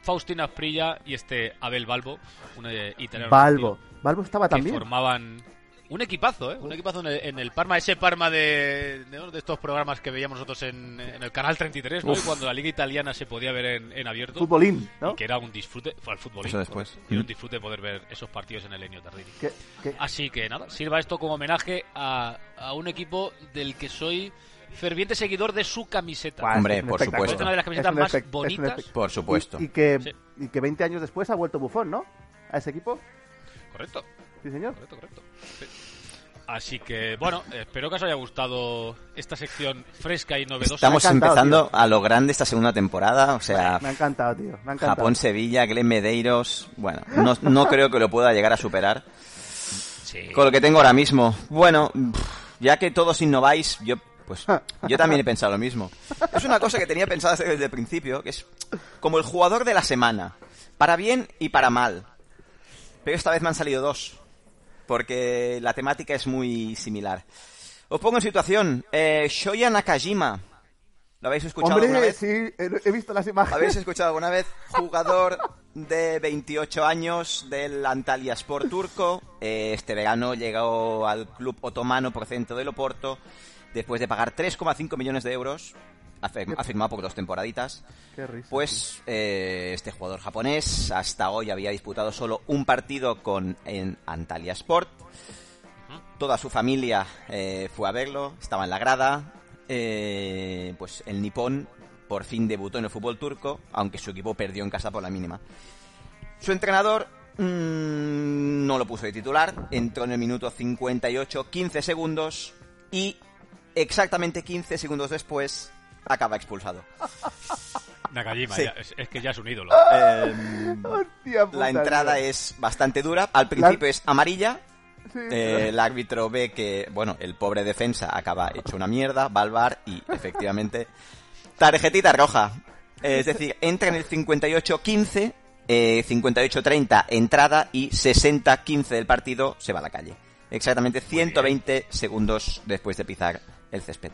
Faustino Asprilla y este Abel Balbo, un eh, italiano
Balbo.
nacido,
Balbo estaba
que
también.
formaban un equipazo, ¿eh? un equipazo en el, en el Parma, ese Parma de, de, de estos programas que veíamos nosotros en, en el canal 33, ¿no?
Uf.
cuando la liga italiana se podía ver en, en abierto.
Futbolín, ¿no?
Y que era un disfrute, fue al fútbol.
Eso después.
Era
Mm.
un disfrute poder ver esos partidos en el Ennio Tardini.
Que- que-
Así que nada, sirva esto como homenaje a, a un equipo del que soy ferviente seguidor de su camiseta.
Guau,
Hombre,
es un
por
espectáculo.
supuesto.
Es una de las camisetas
Es un
más
espe- es un
bonitas.
espe-
Por supuesto.
Y, y que,
Sí.
y que 20 años después ha vuelto Bufón, ¿no? A ese equipo.
Correcto,
Sí, señor.
correcto, correcto. Sí. Así que bueno, espero que os haya gustado esta sección fresca y novedosa.
Estamos
Me ha encantado,
empezando a lo grande esta segunda temporada. O sea,
Me ha encantado, tío. Me ha encantado.
Ah, Japón, Sevilla, Glen Medeiros. Bueno, no, no creo que lo pueda llegar a superar
Sí.
con lo que tengo ahora mismo. Bueno, pff, ya que todos innováis, yo pues yo también he pensado lo mismo. Es una cosa que tenía pensada desde el principio, que es como el jugador de la semana, para bien y para mal. Pero esta vez me han salido dos, porque la temática es muy similar. Os pongo en situación, eh, Shoya Nakajima. ¿Lo habéis escuchado alguna
Hombre,
vez?
sí, he, he visto las imágenes.
¿Habéis escuchado alguna vez? Jugador de 28 años del Antalya Sport turco. Eh, este verano llegó al club otomano procedente de Loporto después de pagar 3,5 millones de euros. Ha fir- ha firmado por dos temporaditas.
Qué risa.
Pues eh, este jugador japonés hasta hoy había disputado solo un partido con en Antalya Sport. Toda su familia eh, fue a verlo, estaba en la grada. Eh, pues el nipón por fin debutó en el fútbol turco, aunque su equipo perdió en casa por la mínima. Su entrenador mm, no lo puso de titular, entró en el minuto 58, 15 segundos y exactamente 15 segundos después acaba expulsado.
Nakajima,
Sí.
ya, es, es que ya es un ídolo.
Ah.
Em,
Hostia puta,
la entrada
tío.
es bastante dura. Al principio es amarilla.
Sí.
eh, el árbitro ve que, bueno, el pobre defensa acaba hecho una mierda, va al bar y efectivamente. Tarjetita roja. Eh, Es decir, entra en el 58-15 eh, 58-30 entrada y 60-15 del partido se va a la calle. Exactamente 120 segundos después de pisar el césped.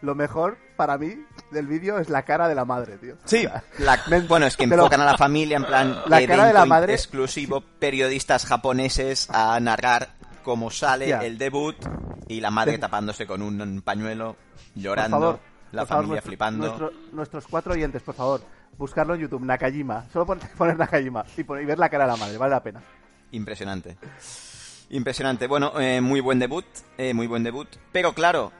Lo mejor para mí del vídeo es la cara de la madre, tío.
Sí. bueno, es que
Pero-
enfocan a la familia en plan
La cara de la
evento
madre-
exclusivo, periodistas japoneses a narrar cómo sale
Hostia.
el debut y la madre tapándose con un pañuelo,
Por
llorando,
favor.
la
por favor,
familia
nuestro-
flipando.
nuestro- nuestros cuatro oyentes, por favor, buscarlo en YouTube, Nakajima. Solo pon- poner Nakajima y, pon- y ver la cara de la madre, vale la pena.
Impresionante. Impresionante. Bueno, eh, muy buen debut, eh, muy buen debut. Pero claro,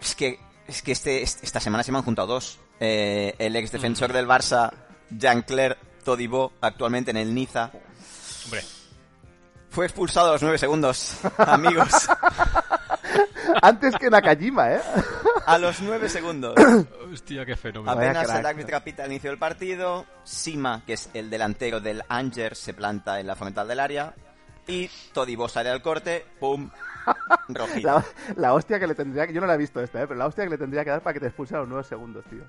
es que, es que este, est- esta semana se me han juntado dos. Eh, el ex
Mm.
defensor del Barça, Jean-Claire Todibo, actualmente en el Niza,
Hombre,
fue expulsado a los nueve segundos, amigos.
Antes que Nakajima, ¿eh?
A los nueve segundos.
hostia, qué fenómeno.
ver.
Apenas
crack.
el árbitro apita al inicio del partido. Sima, que es el delantero del Anger, se planta en la frontal del área. Y Todibo sale al corte. ¡Pum! Rojito.
La, la hostia que le tendría que... Yo no la he visto esta, ¿eh? Pero la hostia que le tendría que dar para que te expulsen a los nueve segundos, tío.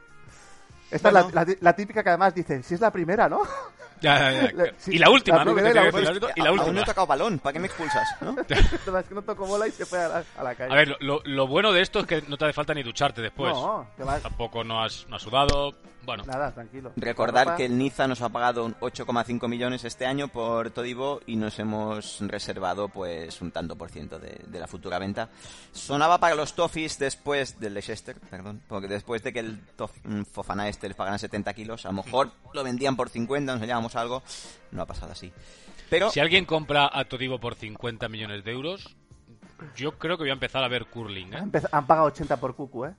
Esta es
Bueno.
la, la- la típica que además dice, si es la primera, ¿no?
Ya, ya, ya.
La- sí,
y la última,
la
¿no? Que
primera
te
y la
tiene que decir el árbitro, y
Pues,
la
Aún no he
última.
tocado balón, ¿para qué me expulsas? ¿no?
Total, es que no tocó bola y se fue a la, a la calle.
A ver, pues. lo- lo, lo bueno de esto es que no te hace falta ni ducharte después.
no, te vas...
Tampoco no has, no has sudado. Bueno,
Nada, tranquilo.
Recordar
Ropa-
que el Niza nos ha pagado un 8,5 millones este año por Todibo y nos hemos reservado pues un tanto por ciento de, de la futura venta. Sonaba para los Toffees después del Leicester, perdón, porque después de que el Tof- mm, Fofana este les pagaran 70 kilos, a lo mejor lo vendían por 50, nos hallábamos algo, no ha pasado así. Pero
si alguien compra a Todibo por 50 millones de euros, yo creo que voy a empezar a ver curling, ¿eh?
Empez- Han pagado 80 por Cucu, ¿eh?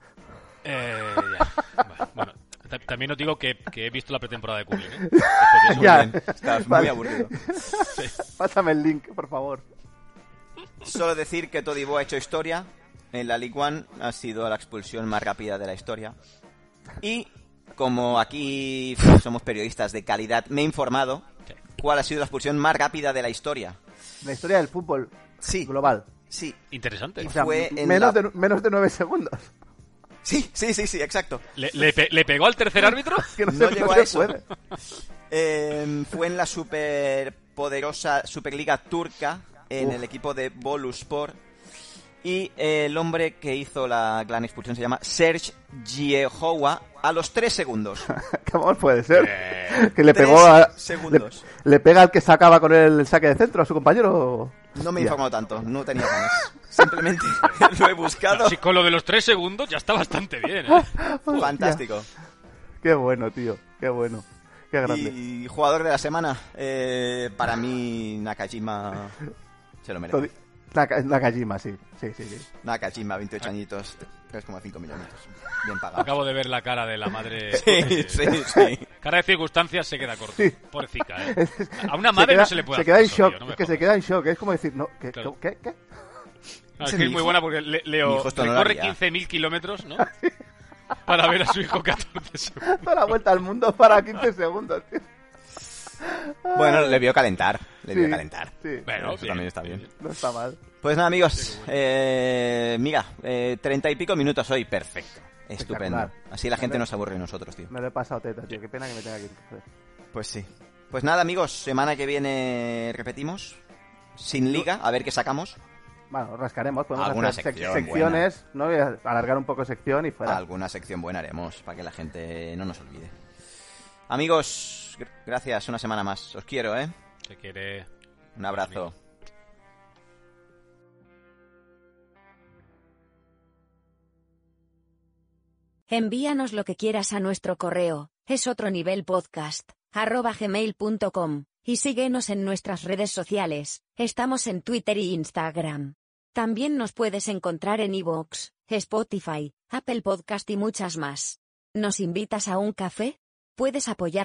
Eh, ya. Vale, Bueno, ta- también os digo que, que he visto la pretemporada de curling. ¿eh? Después de eso,
Ya.
bien, estás muy
Vale.
aburrido.
Pásame el link, por favor.
Solo decir que Todibo ha hecho historia. En la League One ha sido la expulsión más rápida de la historia. Y como aquí somos periodistas de calidad, me he informado
Sí.
cuál ha sido la expulsión más rápida de la historia.
La historia del fútbol
Sí,
global.
sí,
Interesante.
O sea,
Fue en
menos,
la-
de, menos de 9 segundos.
sí, sí, sí, sí, exacto.
¿Le, le pe- le pegó al tercer árbitro?
Que no,
No
se,
llegó
no
a
se
eso.
puede.
Eh, fue en la superpoderosa Superliga turca, en el equipo de Boluspor. Y eh, el hombre que hizo la gran expulsión se llama Serge Giehowa a los 3 segundos.
¿Cómo puede ser?
Eh,
que le
tres
pegó a.
segundos.
Le, le pega al que sacaba con él el saque de centro a su compañero.
No me he
Ya.
informado tanto, no tenía ganas. Simplemente lo he buscado.
si con lo de los tres segundos ya está bastante bien, ¿eh?
Hostia,
Fantástico.
Qué bueno, tío. Qué bueno. Qué grande.
Y jugador de la semana, eh, para mí Nakajima se lo merece.
Todi- Naka- Nakajima, sí. Sí, sí, sí.
Nakajima, 28 añitos, 3,5 millones. Bien pagado.
Acabo de ver la cara de la madre.
Sí, sí, sí.
Cara de circunstancias se queda corto.
Sí.
Pobrecita, ¿eh? A una madre no se le puede
se
hacer
queda en
eso, tío,
shock.
no me
es que se
jodas.
queda en shock. Es como decir, no, ¿qué?
Claro.
¿qué, qué?
No, es
Ese
que
mi
es muy
hijo.
buena porque le-
Mi
Leo
hijo esto no lo
recorre
haría.
15.000 kilómetros, ¿no? Para ver a su hijo 14 segundos.
Da la vuelta al mundo para 15 segundos, tío.
Bueno, le vio calentar. Le vio
Sí,
calentar.
Sí,
Bueno,
Eso también está bien.
no está mal.
Pues nada, amigos. Eh, mira, eh, 30 y pico minutos hoy. Perfecto. Estupendo.
Espectacular.
Así la gente nos aburre de nosotros, tío.
Me lo he pasado teta, tío. Qué pena que me tenga que ir. Joder.
Pues sí. Pues nada, amigos, semana que viene repetimos. Sin liga, a ver qué sacamos.
Bueno, rascaremos, podemos
Alguna
hacer sec-
sección
secciones, ¿no? Y a- alargar un poco sección y fuera.
Alguna sección buena haremos para que la gente no nos olvide. Amigos, gr- gracias una semana más. Os quiero, ¿eh?
Se quiere.
Un abrazo.
Envíanos lo que quieras a nuestro correo, es otro nivel podcast, arroba gmail.com, y síguenos en nuestras redes sociales, estamos en Twitter y Instagram. También nos puedes encontrar en iVoox, Spotify, Apple Podcast y muchas más. ¿Nos invitas a un café? Puedes apoyar